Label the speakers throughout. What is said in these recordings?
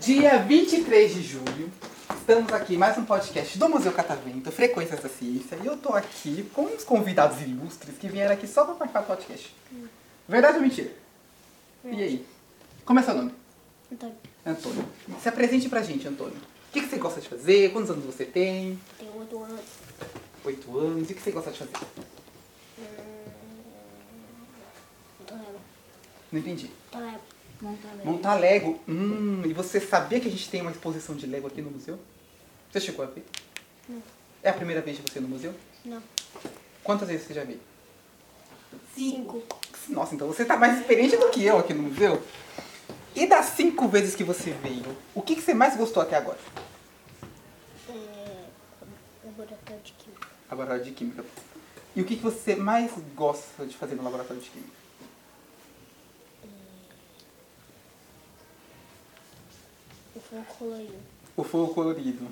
Speaker 1: Dia 23 de julho, estamos aqui em mais um podcast do Museu Catavento, Frequências da Ciência, e eu tô aqui com uns convidados ilustres que vieram aqui só pra participar do podcast. Verdade ou mentira? E aí? Como é seu nome?
Speaker 2: Então,
Speaker 1: Antônio. Se apresente pra gente, Antônio. O que, que você gosta de fazer? Quantos anos você tem?
Speaker 2: tem oito anos.
Speaker 1: Oito anos? E o que você gosta de fazer?
Speaker 2: Hum, Toreba.
Speaker 1: Não entendi.
Speaker 2: Toreba. Montaleba.
Speaker 1: Montar Lego. Hum, e você sabia que a gente tem uma exposição de Lego aqui no museu? Você chegou a ver?
Speaker 2: Não.
Speaker 1: É a primeira vez que você no museu?
Speaker 2: Não.
Speaker 1: Quantas vezes você já veio?
Speaker 2: Cinco.
Speaker 1: Nossa, então você tá mais experiente do que eu aqui no museu. E das cinco vezes que você veio, o que, que você mais gostou até agora?
Speaker 2: É, laboratório de química.
Speaker 1: Laboratório é de Química. E o que, que você mais gosta de fazer no laboratório de Química?
Speaker 2: O fogo colorido.
Speaker 1: O fogo colorido.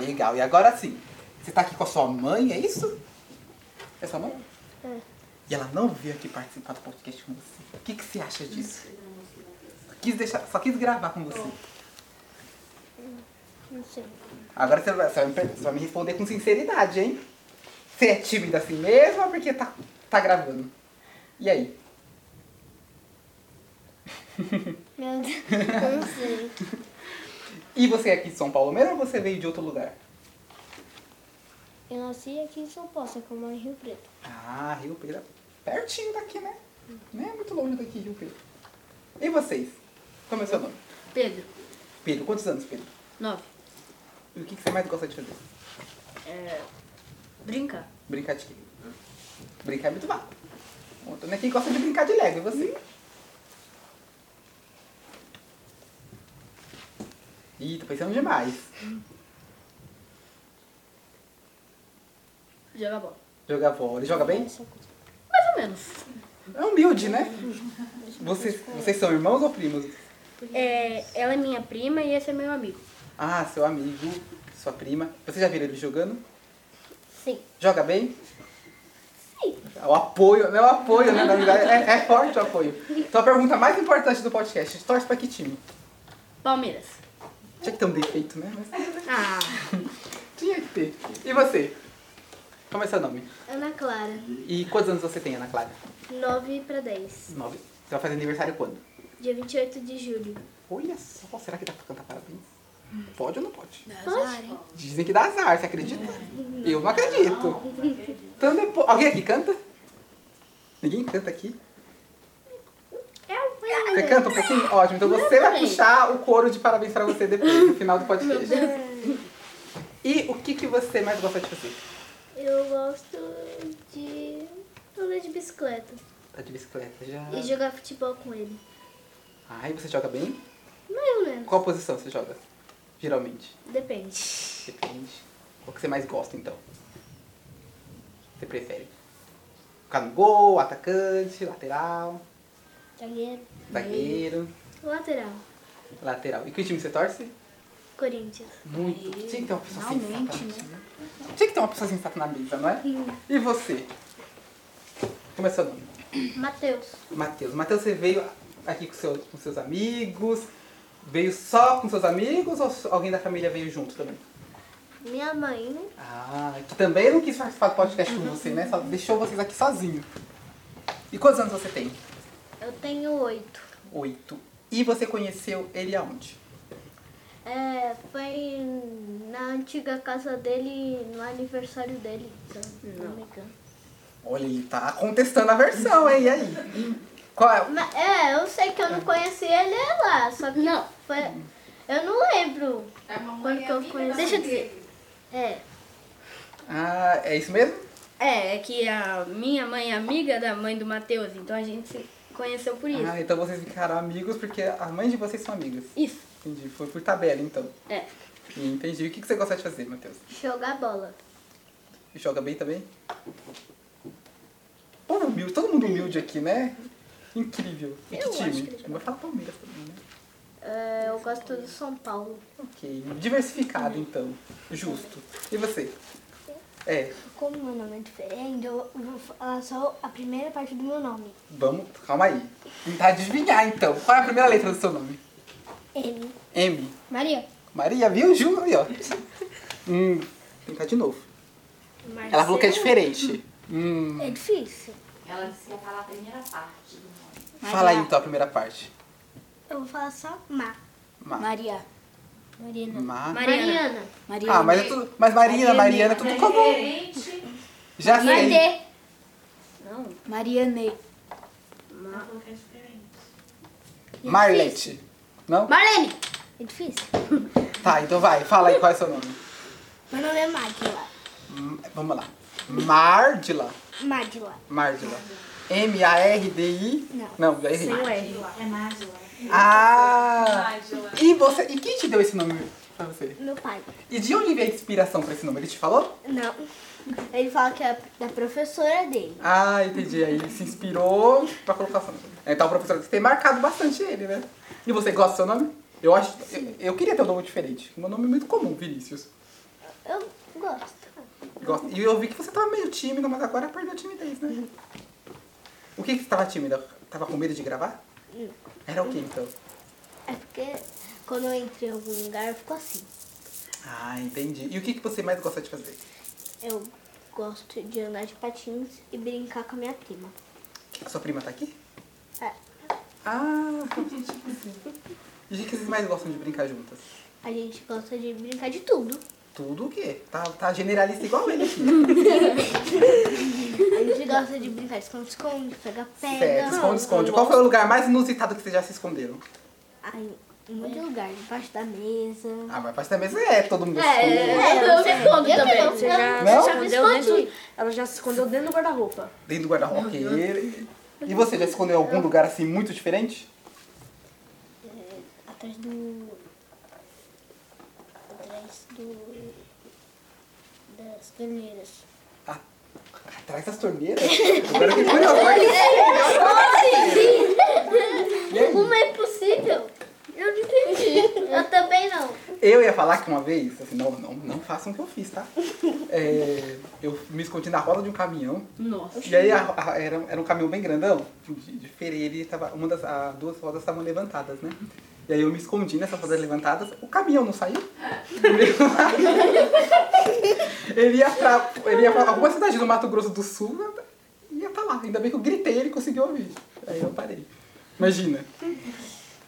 Speaker 1: Legal. E agora sim, você tá aqui com a sua mãe, é isso? É sua mãe?
Speaker 2: É.
Speaker 1: E ela não veio aqui participar do podcast com você. O que, que você acha disso? Quis deixar, só quis gravar com você.
Speaker 2: Não sei.
Speaker 1: Agora você vai, você vai me per- você vai me responder com sinceridade, hein? Você é tímida assim mesmo ou porque tá, tá gravando? E aí?
Speaker 2: Meu Deus. Eu não sei.
Speaker 1: E você é aqui de São Paulo mesmo ou você veio de outro lugar?
Speaker 2: Eu nasci aqui em São Paulo, só que eu moro em Rio Preto.
Speaker 1: Ah, Rio Preto. é Pertinho daqui, né? Não é muito longe daqui, Rio Preto. E vocês? Como é o seu nome?
Speaker 3: Pedro,
Speaker 1: Pedro, quantos anos, Pedro?
Speaker 3: 9.
Speaker 1: E o que que você mais gosta de fazer?
Speaker 3: É, brincar.
Speaker 1: Brincar de quê? Brincar é muito mal. O Antônio aqui gosta de brincar de Lego, e você? Ih, tô pensando demais.
Speaker 3: Jogar bola.
Speaker 1: Jogar bola. Ele joga Tá bem?
Speaker 2: Essa coisa.
Speaker 3: Mais ou menos.
Speaker 1: É humilde, né? Vocês, vocês são irmãos ou primos?
Speaker 3: É, ela é minha prima e esse é meu amigo.
Speaker 1: Ah, seu amigo, sua prima. Você já viu ele jogando?
Speaker 2: Sim.
Speaker 1: Joga bem? O apoio, não é o apoio, né? Na verdade, é, é forte o apoio. Então a pergunta mais importante do podcast, torce pra que time?
Speaker 3: Palmeiras.
Speaker 1: Tinha que ter um defeito, né? Mas
Speaker 3: Ah,
Speaker 1: tinha que ter. E você? Como é seu nome?
Speaker 2: Ana Clara.
Speaker 1: E quantos anos você tem, Ana Clara?
Speaker 2: 9 para 10.
Speaker 1: Nove. Você vai fazer aniversário quando?
Speaker 2: Dia 28 de julho.
Speaker 1: Olha só, será que dá pra cantar parabéns? Pode ou Hum. não pode?
Speaker 2: Pode?
Speaker 1: Dizem que dá azar, você acredita? Eu não acredito. Então depois. Alguém aqui canta? Ninguém canta aqui? É
Speaker 2: Eu
Speaker 1: Você canta um pouquinho? Ótimo. Então você vai puxar o coro de parabéns pra você depois, no final do podcast. E o que, que você mais gosta de fazer?
Speaker 2: Eu gosto de andar de bicicleta
Speaker 1: Tá de bicicleta já.
Speaker 2: e jogar futebol com ele. né?
Speaker 1: Ai, você joga bem?
Speaker 2: Mais ou menos.
Speaker 1: Qual posição você joga? Geralmente.
Speaker 2: Depende.
Speaker 1: Depende. Qual que você mais gosta então? Você prefere? Ficar no gol, atacante, lateral,
Speaker 2: Zagueiro.
Speaker 1: zagueiro,
Speaker 2: Lateral.
Speaker 1: lateral. E que time você torce?
Speaker 2: Corinthians.
Speaker 1: Muito. Tinha que ter uma pessoa
Speaker 3: Realmente,
Speaker 1: sensata. Tinha que ter uma pessoa sensata na mesa, não é? E você? Como é seu nome?
Speaker 2: Matheus.
Speaker 1: Matheus. Matheus, você veio aqui com, seu, com seus amigos? Veio só com seus amigos ou alguém da família veio junto também?
Speaker 2: Minha mãe. né?
Speaker 1: Ah, que também não quis participar do podcast com você, né? Só deixou vocês aqui sozinho. E quantos anos você tem?
Speaker 2: Eu tenho oito.
Speaker 1: Oito. E você conheceu ele aonde?
Speaker 2: É, foi na antiga casa dele, no aniversário dele. se eu Não, me engano.
Speaker 1: Olha, ele tá contestando a versão, hein? E aí? Qual é?
Speaker 2: Mas, é, eu sei que eu não conheci ele é lá, só que não. foi... Eu não lembro
Speaker 4: é
Speaker 2: quando que eu conheci. Deixa eu dizer. É,
Speaker 1: Ah, é isso mesmo?
Speaker 3: é, é que a minha mãe é amiga da mãe do Matheus, então a gente se conheceu por isso.
Speaker 1: Ah, então vocês ficaram amigos porque a mãe de vocês são amigas.
Speaker 3: Isso,
Speaker 1: Entendi. Foi por tabela, então.
Speaker 3: é.
Speaker 1: Entendi. O que que você gosta de fazer, Matheus?
Speaker 2: jogar bola.
Speaker 1: Joga bem também? Povo humilde, todo mundo humilde aqui, né? Incrível. E que
Speaker 2: Eu acho
Speaker 1: time?
Speaker 2: que ele joga
Speaker 1: Eu vou falar Palmeiras também, né?
Speaker 5: É, eu gosto do São Paulo.
Speaker 1: Ok. Diversificado, então. Justo. E você? É,
Speaker 2: Como meu nome é diferente, eu vou falar só a primeira parte do meu nome.
Speaker 1: vamos, calma aí. Tentar adivinhar, então. Qual é a primeira letra do seu nome?
Speaker 2: M.
Speaker 1: M.
Speaker 2: Maria.
Speaker 1: Maria, viu? Ju, aí, ó. Hum, tentar de novo. Ela falou que é diferente. Hum,
Speaker 2: É difícil.
Speaker 6: Ela disse que ia falar a primeira parte do nome.
Speaker 1: fala aí, então, a primeira parte.
Speaker 2: Eu vou falar só Ma.
Speaker 1: Ma.
Speaker 7: Maria. Marina.
Speaker 1: Ma.
Speaker 3: Mariana.
Speaker 5: Mariana.
Speaker 7: Maria.
Speaker 1: Ah, mas é tudo. Mas Marina, Mariana, é tudo comum.
Speaker 6: Diferente.
Speaker 1: Já sei.
Speaker 5: Cadê?
Speaker 3: Não.
Speaker 7: Mariane.
Speaker 6: Ela falou que é diferente.
Speaker 1: Marlete. Não?
Speaker 5: Marlene.
Speaker 2: É difícil.
Speaker 1: Tá, então vai, fala aí qual é o seu nome.
Speaker 2: Meu nome é Magla.
Speaker 1: Hum, Vamos lá. Mardila.
Speaker 2: Magla.
Speaker 1: Mardila. M-A-R-D-I. Não, já errei.
Speaker 6: É Mágila.
Speaker 1: Ah! E você. E quem te deu esse nome pra você?
Speaker 2: Meu pai.
Speaker 1: E de onde veio a inspiração pra esse nome? Ele te falou?
Speaker 2: Não. Ele fala que é da professora dele.
Speaker 1: Ah, entendi. Aí ele se inspirou pra colocar seu nome. Então, professor, você tem marcado bastante ele, né? E você gosta do seu nome? Eu acho. Eu, eu queria ter um nome diferente. Meu nome é muito comum, Vinícius.
Speaker 2: Eu gosto.
Speaker 1: Gosto. E eu vi que você tava meio tímida, mas agora perdeu a timidez, né? O que que você tava tímida? Tava com medo de gravar? Era o que então?
Speaker 2: É porque quando eu entrei em algum lugar, eu fico assim.
Speaker 1: Ah, entendi. E o que que você mais gosta de fazer?
Speaker 2: Eu gosto de andar de patins e brincar com a minha prima.
Speaker 1: A sua prima tá aqui?
Speaker 2: É.
Speaker 1: Ah, E o que que vocês mais gostam de brincar juntas?
Speaker 2: A gente gosta de brincar de tudo.
Speaker 1: Tudo o quê? Tá, tá generalista igual ele aqui.
Speaker 2: A gente gosta de brincar de esconde-esconde, pega-pega.
Speaker 1: Certo, esconde, esconde. Qual foi o lugar mais inusitado que vocês já se esconderam?
Speaker 2: Aí, em muito lugar, debaixo da mesa.
Speaker 1: Ah, mas parte da mesa é todo mundo esconde.
Speaker 5: É, eu me escondo também.
Speaker 7: Você já,
Speaker 1: Não?
Speaker 7: se escondeu dentro, ela já se escondeu dentro do guarda-roupa.
Speaker 1: Dentro do guarda-roupa. ok. E você já se escondeu em algum lugar assim muito diferente?
Speaker 2: Atrás do. Atrás do. Das torneiras.
Speaker 1: Ah, atrás das torneiras? Agora que curioso. Olha que E aí?
Speaker 5: Como é possível? Eu não entendi. Eu também não.
Speaker 1: Eu ia falar que uma vez, assim, não, não, não façam o que eu fiz, tá? É, eu me escondi na roda de um caminhão.
Speaker 3: Nossa.
Speaker 1: E aí a- a- era, era um caminhão bem grandão, assim, de, de feira, e tava, uma das a- duas rodas estavam levantadas, né? E aí eu me escondi nessas rodas levantadas, o caminhão não saiu. ele ia pra, ele ia pra alguma cidade do Mato Grosso do Sul, ia pra lá. Ainda bem que eu gritei e ele conseguiu ouvir. Aí eu parei. Imagina.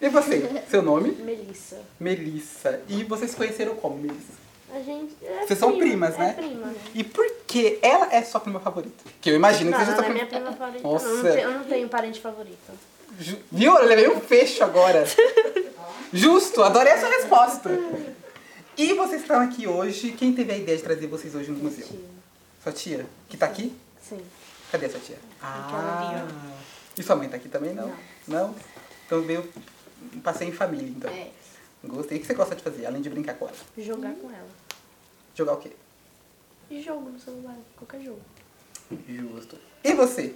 Speaker 1: E você? Seu nome?
Speaker 7: Melissa.
Speaker 1: Melissa. E vocês se conheceram como, Melissa?
Speaker 2: A gente. é
Speaker 1: Vocês são
Speaker 2: prima,
Speaker 1: primas, né?
Speaker 2: É prima.
Speaker 1: E por que ela é sua prima favorita? Que eu imagino
Speaker 7: Não,
Speaker 1: que seja
Speaker 7: ela
Speaker 1: sua
Speaker 7: não é
Speaker 1: prima.
Speaker 7: minha prima favorita. não. Eu, não
Speaker 1: Nossa.
Speaker 7: tenho, eu não tenho parente favorito.
Speaker 1: Ju- Viu? Eu levei um fecho agora. Justo, adorei a sua resposta. E vocês estão aqui hoje. Quem teve a ideia de trazer vocês hoje no museu? Sua tia? Que tá aqui?
Speaker 7: Sim.
Speaker 1: Cadê a sua tia?
Speaker 7: Aquela
Speaker 1: Ah. E sua mãe tá aqui também, não? Não? Então veio um passeio em família, então.
Speaker 7: É.
Speaker 1: Gostei. O que você gosta de fazer, além de brincar com ela?
Speaker 7: Jogar com ela.
Speaker 1: Jogar o quê?
Speaker 7: E jogo no celular, qualquer jogo.
Speaker 1: Justo. E você?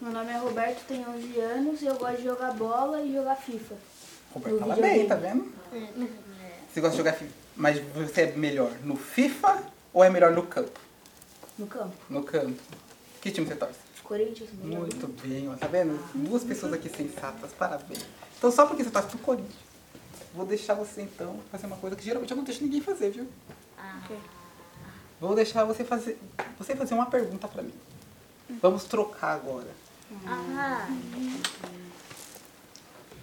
Speaker 4: Meu nome é Roberto, tenho 11 anos e eu gosto de jogar bola e jogar FIFA.
Speaker 1: Roberto fala bem, tá vendo?
Speaker 4: É,
Speaker 1: Você gosta de jogar FIFA, mas você é melhor no FIFA ou é melhor no campo?
Speaker 4: No campo.
Speaker 1: No campo. Que time você torce?
Speaker 4: Corinthians, meu
Speaker 1: Muito bem, ó, tá vendo? Duas pessoas aqui sensatas, parabéns. Então só porque você torce pro Corinthians, vou deixar você então fazer uma coisa que geralmente eu não deixo ninguém fazer, viu?
Speaker 4: Ah.
Speaker 1: Vou deixar você fazer, você fazer uma pergunta pra mim. Vamos trocar agora.
Speaker 5: Ah.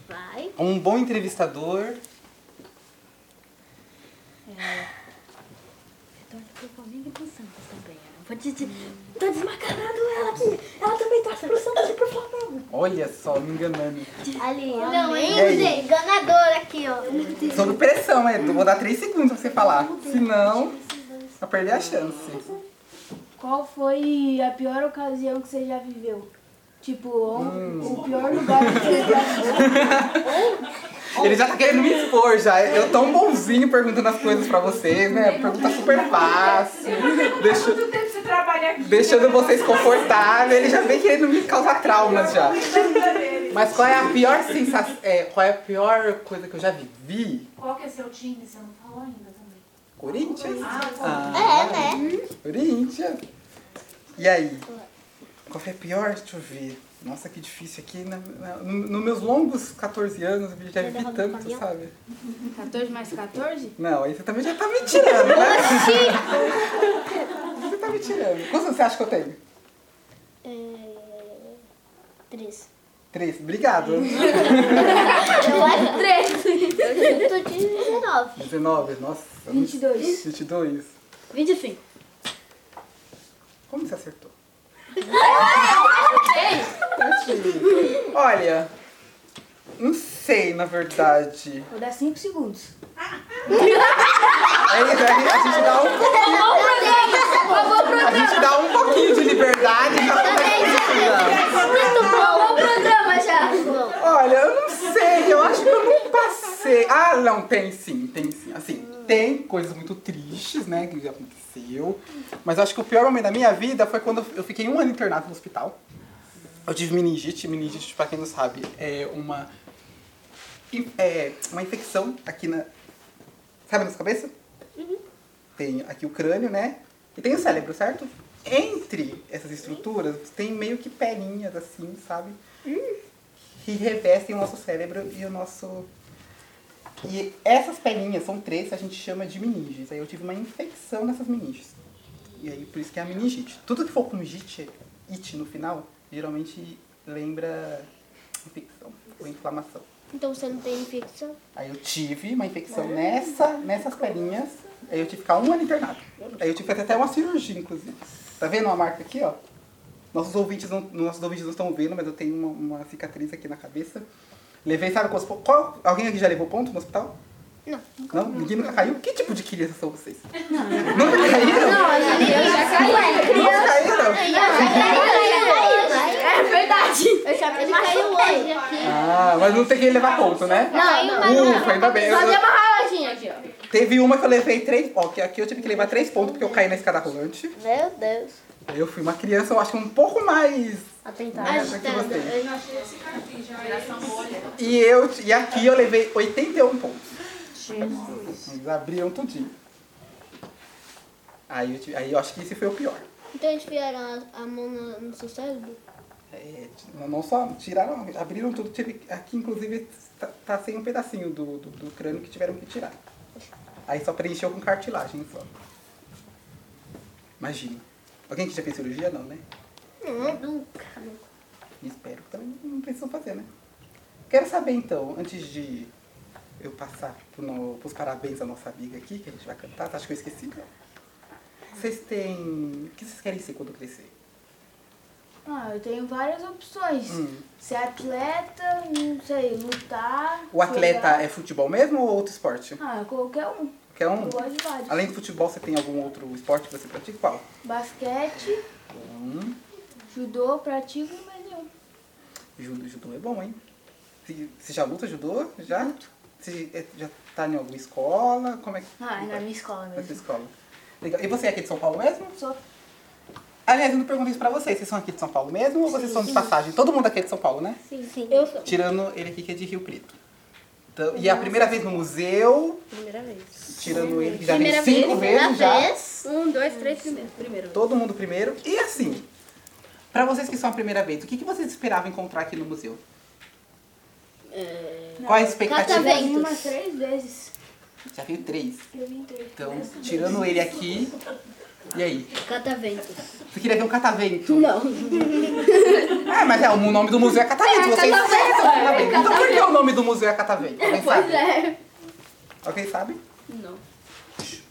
Speaker 5: Vai.
Speaker 1: Um bom entrevistador
Speaker 3: Torce pro Flamengo e pro Santos também. Eu Vou te dizer.
Speaker 2: Tá
Speaker 3: Tô desmascarando ela aqui. Ela também torce pro Santos e pro Flamengo.
Speaker 1: Olha só, me enganando.
Speaker 2: Ali, ó.
Speaker 5: Não,
Speaker 1: E aí?
Speaker 5: hein? Enganador aqui, ó.
Speaker 1: Sob pressão, é. Vou dar 3 segundos pra você falar. Se não, vai perder a chance.
Speaker 4: Qual foi a pior ocasião que você já viveu? Tipo, ou- o pior lugar que você já
Speaker 1: Ele já tá querendo me expor já. Eu tão bonzinho perguntando as coisas pra vocês, né? Pergunta super fácil. Deixa,
Speaker 6: Quanto tempo você trabalha aqui?
Speaker 1: deixando vocês confortáveis. Ele já vem querendo me causar traumas já.
Speaker 6: Pergunta dele.
Speaker 1: Mas qual é a pior sensação. É, qual é a pior coisa que eu já vivi?
Speaker 6: Qual que é seu time? Você não falou ainda também.
Speaker 1: Corinthians?
Speaker 6: Ah,
Speaker 1: Ah,
Speaker 2: É, né?
Speaker 1: Corinthians. E aí? Qual foi a pior? Deixa eu ver. Nossa, que difícil aqui. Nos meus longos 14 anos, eu já vivi tanto, sabe?
Speaker 4: 14 mais 14?
Speaker 1: Não, aí você também já tá me tirando, né? você tá me tirando. Quantos anos você acha que eu tenho?
Speaker 2: É... Três.
Speaker 1: Três. Obrigado.
Speaker 2: Eu acho três. Eu tô de 19.
Speaker 1: 19, nossa.
Speaker 4: 22.
Speaker 1: 22.
Speaker 3: 25.
Speaker 1: Como você acertou? Certinho. Olha, não sei, na verdade.
Speaker 4: Vou dar 5 segundos.
Speaker 1: Aí, aí É a gente dá um pouquinho. A gente dá um pouquinho de liberdade e já começa a
Speaker 2: Muito bom. programa já.
Speaker 1: Olha, eu não sei, eu acho que eu não passei. Ah, não, tem sim, tem sim. Assim, tem coisas muito tristes, né, que já aconteceu. Mas eu acho que o pior momento da minha vida foi quando eu fiquei um ano internado no hospital. Eu tive meningite. Meningite, pra quem não sabe, é uma, in- é uma infecção aqui na. Sabe na sua cabeça? Tem aqui o crânio, né? E tem o cérebro, certo? Entre essas estruturas, tem meio que pelinhas assim, sabe? que revestem o nosso cérebro e o nosso. E essas pelinhas, são três, a gente chama de meninges. Aí eu tive uma infecção nessas meninges. E aí por isso que é a meningite. Tudo que for com gite, it no final, geralmente lembra infecção ou inflamação.
Speaker 2: Então você não tem infecção?
Speaker 1: Aí eu tive uma infecção nessa, nessas pelinhas. Aí eu tive que ficar um ano internado. Aí eu tive que fazer até uma cirurgia, inclusive. Tá vendo uma marca aqui, ó? Nossos ouvintes não, nossos ouvintes não estão vendo, mas eu tenho uma, uma cicatriz aqui na cabeça. Levei, sabe quantos pontos? Qual? Alguém aqui já levou ponto no hospital?
Speaker 2: Não.
Speaker 1: Não? Ninguém nunca caiu? Que tipo de criança são vocês? Nunca caíram? Não, Nunca caíram?
Speaker 2: É verdade. Eu já me
Speaker 5: Ele caiu hoje aqui.
Speaker 1: Ah, mas não tem quem levar ponto, né?
Speaker 5: Não,
Speaker 1: Ufa, ainda bem.
Speaker 3: é
Speaker 1: Eu- eu-
Speaker 5: raladinha aqui, ó.
Speaker 1: teve uma que eu levei três. Ó, que aqui eu tive que levar três pontos porque eu caí na escada rolante.
Speaker 2: Meu Deus.
Speaker 1: Eu fui uma criança, eu acho um pouco mais.
Speaker 7: Atentar.
Speaker 1: nessa que você.
Speaker 6: Eu achei esse cartão, já geração bolha.
Speaker 1: E, eu, e aqui eu levei 81 pontos. Jesus. Eles abriam tudinho. Aí eu, tive- aí eu acho que esse foi o pior.
Speaker 2: Então eles vieram a, a mão no, no seu cérebro?
Speaker 1: É, não- não só tiraram, abriram tudo. Tive, aqui, inclusive, tá, tá sem um pedacinho do, do, do crânio que tiveram que tirar. Aí só preencheu com cartilagem só. Imagina. Alguém que já fez cirurgia? Não, né?
Speaker 2: Nunca.
Speaker 1: Espero que também não precisam fazer, né? Quero saber então, antes de eu passar pro no- pros parabéns à nossa amiga aqui, que a gente vai cantar, tá? acho que eu esqueci. Não. Vocês têm. O que vocês querem ser quando crescer?
Speaker 4: Ah, eu tenho várias opções.
Speaker 1: Hum.
Speaker 4: Ser atleta, não sei, lutar.
Speaker 1: O atleta
Speaker 4: jogar.
Speaker 1: é futebol mesmo ou outro esporte?
Speaker 4: Ah, qualquer um.
Speaker 1: Quer um?
Speaker 4: Eu gosto de vários.
Speaker 1: Além do futebol, você tem algum outro esporte que você pratica? Qual?
Speaker 4: Basquete,
Speaker 1: Hum,
Speaker 4: judô, pratico, mas não.
Speaker 1: judô, judô é bom, hein? Você você já luta judô? Já? Você é- já tá em alguma escola? Como é que.
Speaker 3: Ah, é na minha escola
Speaker 1: Na
Speaker 3: mesmo.
Speaker 1: sua escola. Legal. E você é aqui de São Paulo mesmo?
Speaker 4: Sou.
Speaker 1: Aliás, eu não perguntei isso pra vocês. Vocês são aqui de São Paulo mesmo ou vocês são de passagem? Todo mundo aqui é de São Paulo, né?
Speaker 2: Sim. Sim. Eu sou.
Speaker 1: Tirando ele aqui que é de Rio Preto. Então, e é a primeira vez no museu,
Speaker 7: Primeira vez.
Speaker 1: tirando ele que já vem cinco vezes já.
Speaker 3: Um, dois, três, primeiro. Primeiro.
Speaker 1: Todo mundo primeiro. E assim, pra vocês que são a primeira vez, o que, que vocês esperavam encontrar aqui no museu? Qual a expectativa?
Speaker 2: Catavento.
Speaker 4: Umas três vezes.
Speaker 1: Já veio três. Então, tirando ele aqui. E aí?
Speaker 3: Cataventos.
Speaker 1: Você queria ver um catavento?
Speaker 3: Não.
Speaker 1: Ah, mas é, o nome do museu é catavento. Vocês acertam catavento. Então por que o nome do museu é catavento? Alguém sabe?
Speaker 3: é.
Speaker 1: Alguém sabe?
Speaker 3: Não.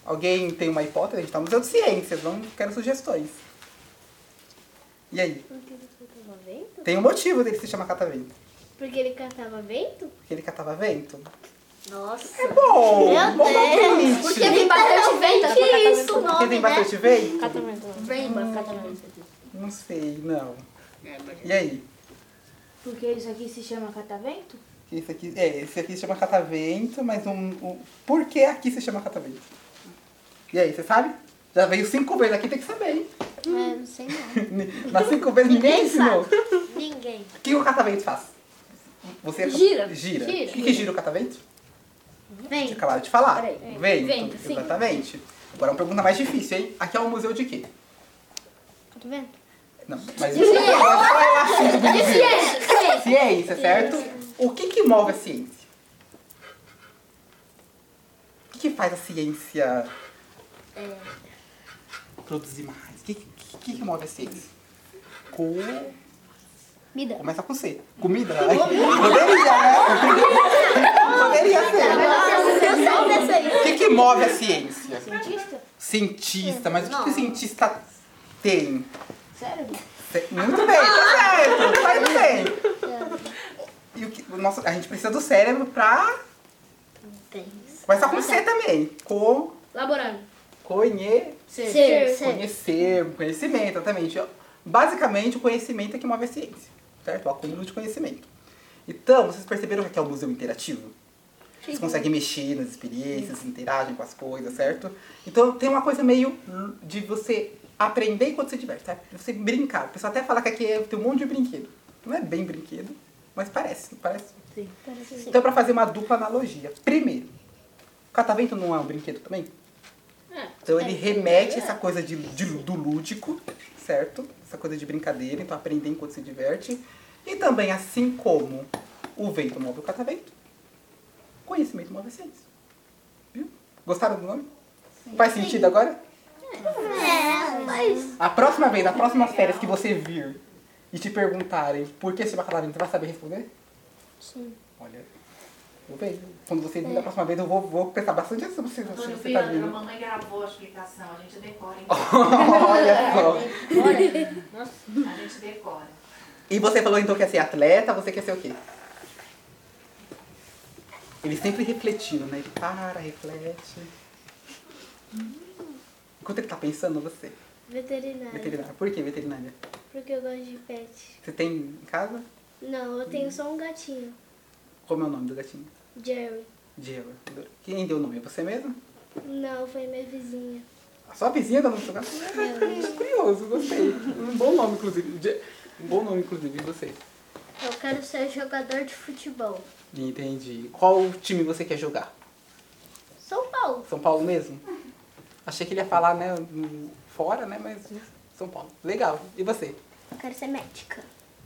Speaker 1: Alguém tem uma hipótese? A gente tá no museu de ciências, não quero sugestões. E aí?
Speaker 2: Catava vento?
Speaker 1: Tem um motivo dele se chamar catavento.
Speaker 2: Porque ele cantava vento?
Speaker 1: Porque ele catava vento?
Speaker 3: Nossa.
Speaker 1: É bom!
Speaker 2: Meu
Speaker 1: bom palpite.
Speaker 3: Porque tem bastante vento.
Speaker 2: Que isso,
Speaker 1: Porque tem
Speaker 2: nome, né?
Speaker 1: bastante vento?
Speaker 3: Vem bastante.
Speaker 1: Não sei, não. E aí?
Speaker 4: Porque isso aqui se chama catavento?
Speaker 1: Esse aqui, é, esse aqui se chama catavento, mas um, um- Por que aqui se chama catavento? E aí, você sabe? Já veio cinco vezes aqui, tem que saber, hein?
Speaker 2: É, não sei não.
Speaker 1: Nas cinco vezes ninguém ensinou.
Speaker 2: Ninguém.
Speaker 1: O que o catavento faz? Você acabou-
Speaker 3: Gira.
Speaker 1: Gira. O
Speaker 3: Gira.
Speaker 1: que, que gira o catavento?
Speaker 5: Vem.
Speaker 1: Tinha acabado de falar.
Speaker 3: Peraí.
Speaker 1: Vento.
Speaker 3: Vento, sim.
Speaker 1: Exatamente. Agora é uma pergunta mais difícil, hein? Aqui é um museu de quê?
Speaker 2: Tá vendo?
Speaker 1: Não, mas isso é o assunto do museu.
Speaker 3: Ciência, ciência.
Speaker 1: Ciência, certo? O que que move a ciência? O que que faz a ciência produzir mais? O que, que, que que move a ciência? Com...
Speaker 2: Comida.
Speaker 1: Começa com C. Comida? Ai, Poderia, né? Poderia ser. O que que move a ciência?
Speaker 4: Cientista?
Speaker 1: Cientista, mas o que, que o cientista tem? Cé- Muito bem, tá certo, tá indo bem. E o que, o nosso- a gente precisa do cérebro pra começar com C também. Co,
Speaker 3: Laborando.
Speaker 1: conhe,
Speaker 3: Ser.
Speaker 1: conhecer, conhecimento, exatamente. Basicamente, o conhecimento é que move a ciência, certo? O acúmulo de conhecimento. Então, vocês perceberam que aqui é um museu interativo? Vocês conseguem mexer nas experiências, interagem com as coisas, certo? Então tem uma coisa meio de você aprender enquanto se diverte, sabe? Você brincar. O pessoal até fala que aqui é- tem um monte de brinquedo. Não é bem brinquedo, mas parece, não parece?
Speaker 3: Sim,
Speaker 1: Então pra fazer uma dupla analogia. Primeiro, o catavento não é um brinquedo também? Então ele remete essa coisa de, de- do lúdico, certo? Essa coisa de brincadeira, então aprender enquanto se diverte. E também, assim como o vento move o catavento, conhecimento move a ciência. Viu? Gostaram do nome? Faz sentido agora?
Speaker 2: É, mas.
Speaker 1: A próxima vez, nas próximas férias que você vir e te perguntarem por que esse bacalhau, você vai saber responder?
Speaker 2: Sim.
Speaker 1: Olha, vou ver. Quando você vir da próxima vez, eu vou, vou prestar bastante atenção pra você, você,
Speaker 6: Antônio
Speaker 1: você tá
Speaker 6: Piandra, a
Speaker 1: vindo.
Speaker 6: mamãe gravou a explicação, a gente decora, hein?
Speaker 1: Olha só.
Speaker 6: A gente decora.
Speaker 1: E você falou então que ia ser atleta, você quer ser o quê? Ele sempre refletindo, né? Ele para, reflete. Enquanto ele tá pensando, você.
Speaker 2: Veterinária.
Speaker 1: Veterinária. Por que veterinária?
Speaker 2: Porque eu gosto de pet.
Speaker 1: Você tem em casa?
Speaker 2: Não, eu tenho só um gatinho.
Speaker 1: Como é o nome do gatinho?
Speaker 2: Jerry.
Speaker 1: Diego. Quem deu o nome? É Você mesmo?
Speaker 2: Não, foi minha vizinha.
Speaker 1: A sua vizinha dá nome pro seu gato? É, curioso, gostei. Um bom nome, inclusive. Die- Um bom nome, inclusive, você.
Speaker 2: Eu quero ser jogador de futebol.
Speaker 1: Entendi. Qual time você quer jogar?
Speaker 2: São Paulo.
Speaker 1: São Paulo mesmo? Achei que ele ia falar, né, no- fora, né, mas São Paulo. Legal. E você?
Speaker 2: Eu quero ser médica.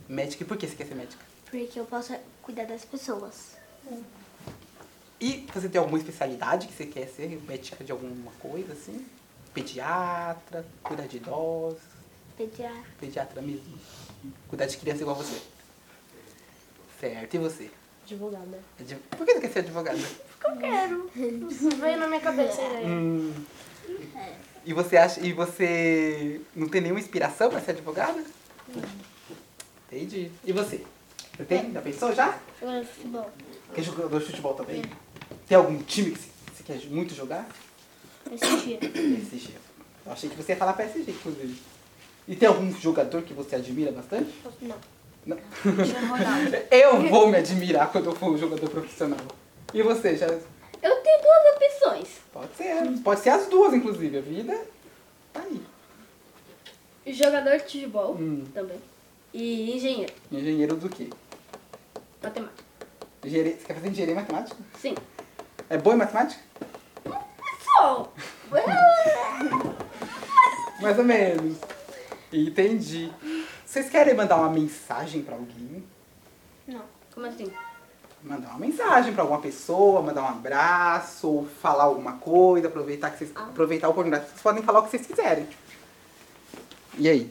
Speaker 1: Médica. E por que você quer ser médica?
Speaker 2: Porque eu posso cuidar das pessoas.
Speaker 1: E você tem alguma especialidade que você quer ser? Médica de alguma coisa, assim? Pediatra, cuidar de idosos,
Speaker 2: Pediatra.
Speaker 1: pediatra mesmo. Cuidar de criança igual você. Certo. E você?
Speaker 3: Advogada.
Speaker 1: Adv- Por que você quer ser advogada?
Speaker 4: Veio na minha cabeça. né?
Speaker 1: Hum. E você acha. E você não tem nenhuma inspiração pra ser advogada? Entendi. E você? Você tem? Já pensou já?
Speaker 2: Jogador de futebol.
Speaker 1: Quer jogador de futebol também? Tem algum time que você- você quer muito jogar?
Speaker 2: Assistir.
Speaker 1: PSG. Eu achei que você ia falar PSG, inclusive. E tem algum jogador que você admira bastante? Não. eu vou me admirar quando eu for um jogador profissional. E você, já
Speaker 3: Eu tenho duas opções.
Speaker 1: Pode ser. Pode ser as duas, inclusive. A vida tá aí.
Speaker 3: Jogador de futebol
Speaker 1: Hum.
Speaker 3: também. E engenheiro.
Speaker 1: Engenheiro do quê?
Speaker 3: Matemática.
Speaker 1: Engenharia... Você quer fazer engenharia em matemática?
Speaker 3: Sim.
Speaker 1: É boa em matemática?
Speaker 3: Sou.
Speaker 1: Mais ou menos. Entendi. Vocês querem mandar uma mensagem pra alguém?
Speaker 3: Como assim?
Speaker 1: Mandar uma mensagem pra alguma pessoa, mandar um abraço, ou falar alguma coisa, aproveitar, que vocês...
Speaker 3: Ah.
Speaker 1: aproveitar a oportunidade. Vocês podem falar o que vocês quiserem. E aí?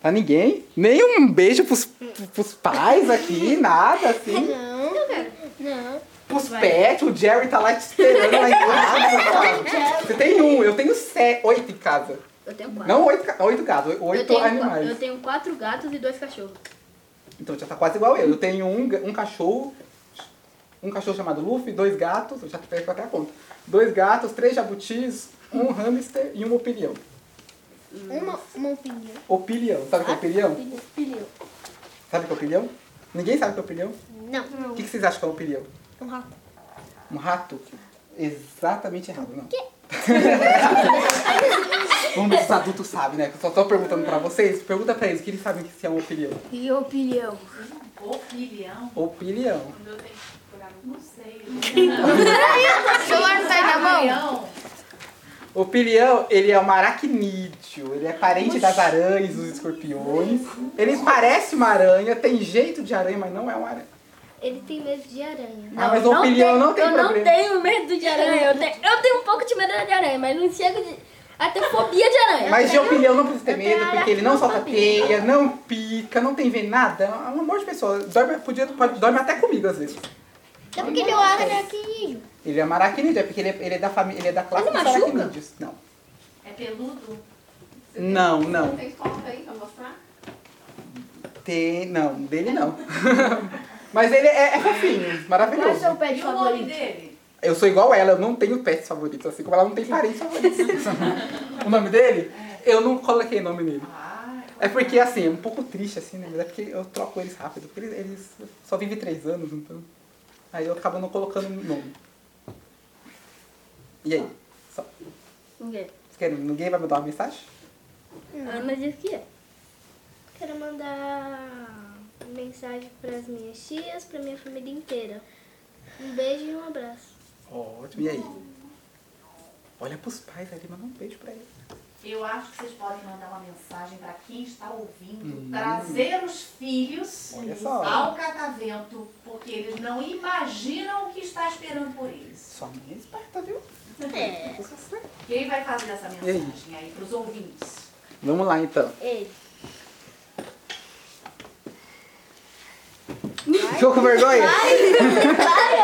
Speaker 1: Tá ninguém? Nem um beijo pros, pros pais aqui, nada assim.
Speaker 2: Não. Não.
Speaker 1: Os pets, o Jerry tá lá te esperando lá em casa. sabe? Você tem um, eu tenho sete, oito em casa.
Speaker 3: Eu tenho quatro.
Speaker 1: Não oito, ca- oito gatos,
Speaker 3: eu,
Speaker 1: oito
Speaker 3: tenho,
Speaker 1: animais.
Speaker 3: qua- eu tenho quatro gatos e dois cachorros.
Speaker 1: Então já tá quase igual eu. Eu tenho um, ga- um cachorro, um cachorro chamado Luffy, dois gatos, eu já perco até a conta. Dois gatos, três jabutis, um hamster e um opinião.
Speaker 2: Uma, uma opinião.
Speaker 1: Opinião, sabe o que é opinião?
Speaker 2: Opinião.
Speaker 1: Sabe o que é opinião? Ninguém sabe o que é opinião?
Speaker 2: Não.
Speaker 1: O que, que vocês acham que é um opinião?
Speaker 2: Um rato.
Speaker 1: Um rato? Exatamente errado, não. Vamos Um adultos sabem, né? Eu só tô perguntando pra vocês. Pergunta pra eles que eles sabem que se é uma opinião.
Speaker 4: E opinião?
Speaker 6: Ô, filhão.
Speaker 1: Opinião.
Speaker 6: Quando eu tenho que procurar, eu não sei. Então. é
Speaker 5: celular não sai da mão.
Speaker 6: Filhão.
Speaker 1: O pirião, ele é um aracnídeo, ele é parente das aranhas, dos escorpiões. Ele parece uma aranha, tem jeito de aranha, mas não é uma aranha.
Speaker 2: Ele tem medo de aranha.
Speaker 1: ah, mas o pirião não tem
Speaker 3: eu
Speaker 1: problema.
Speaker 3: não tenho medo de aranha. Eu tenho, eu tenho um pouco de medo de aranha, mas não chega de. Até fobia de aranha.
Speaker 1: Mas de opinião não precisa ter
Speaker 2: eu tenho
Speaker 1: medo, porque ele não solta teia, não pica, não tem veneno, nada. É um amor de pessoa. Dorme, podia, pode, dorme até comigo às vezes.
Speaker 2: É porque ele é um aracnídeo.
Speaker 1: Ele é maracnídeo, é porque ele é, ele é da família, ele é da classe dos
Speaker 3: machuca?
Speaker 1: aracnídeos. Não.
Speaker 6: É peludo?
Speaker 1: Não, não.
Speaker 6: Tem foto aí pra mostrar?
Speaker 1: Tem, não, dele não. mas ele é, é fofinho,
Speaker 4: Qual é o
Speaker 1: maravilhoso.
Speaker 4: seu pet
Speaker 6: E o nome
Speaker 4: favorito?
Speaker 6: dele?
Speaker 1: Eu sou igual ela, eu não tenho pets favoritos, assim como ela não tem parentes favoritos. o nome dele? Eu não coloquei nome nele.
Speaker 6: Ah,
Speaker 1: É porque, assim, é um pouco triste, assim, né? Mas é porque eu troco eles rápido, porque eles, eles só vivem três anos, então... Aí eu acabo não colocando nome. E aí? Só.
Speaker 3: Ninguém.
Speaker 1: Vocês querem? Ninguém vai mandar uma mensagem?
Speaker 3: Ana diz que é.
Speaker 2: Quero mandar mensagem pras minhas tias, pra minha família inteira. Um beijo e um abraço.
Speaker 1: Ótimo, e aí? Olha pros pais ali, manda um beijo pra eles.
Speaker 6: eu acho que vocês podem mandar uma mensagem pra quem está ouvindo, trazer os filhos
Speaker 1: Hum. Olha só.
Speaker 6: ao catavento, porque eles não imaginam o que está esperando por eles.
Speaker 1: Sua mãe é esperta, viu?
Speaker 5: É.
Speaker 6: Quem vai fazer essa
Speaker 1: E aí?
Speaker 6: mensagem aí pros ouvintes?
Speaker 1: Vamos lá, então.
Speaker 5: Ele.
Speaker 1: Ficou com vergonha?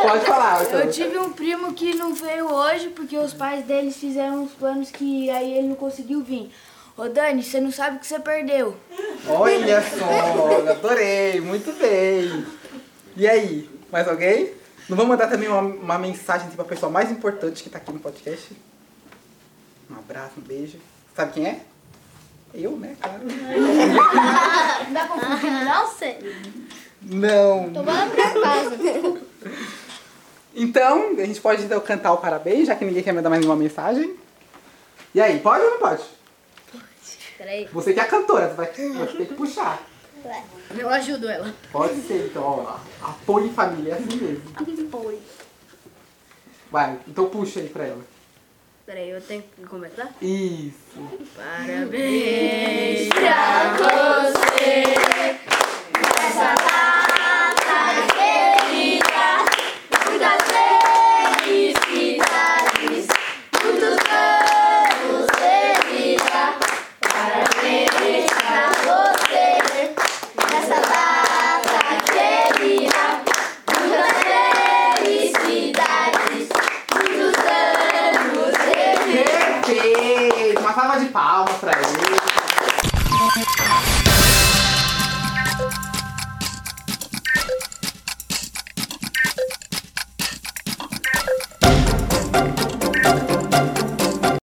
Speaker 1: Pode falar, Arthur.
Speaker 4: Eu tive um primo que não veio hoje porque os pais deles fizeram uns planos que aí ele não conseguiu vir. Ô Dani, você não sabe o que você perdeu.
Speaker 1: Olha só, adorei, muito bem. E aí, mais alguém? Não vamos mandar também uma, uma mensagem para a pessoa mais importante que tá aqui no podcast? Um abraço, um beijo. Sabe quem é? Eu, né? Claro.
Speaker 5: Não sei.
Speaker 1: Não.
Speaker 5: Bora pra casa.
Speaker 1: Então, a gente pode então, cantar o parabéns, já que ninguém quer mandar mais nenhuma mensagem. E aí, pode ou não pode?
Speaker 3: Peraí,
Speaker 1: Você que é a cantora, você vai, vai ter que puxar.
Speaker 3: eu ajudo ela.
Speaker 1: Pode ser, então, ó. Apoio em família, é assim mesmo.
Speaker 2: Oi.
Speaker 1: Vai, então puxa aí pra ela.
Speaker 3: Peraí, eu tenho que começar?
Speaker 1: Isso.
Speaker 3: Parabéns!
Speaker 1: Perfeito! Uma salva de palmas pra ele.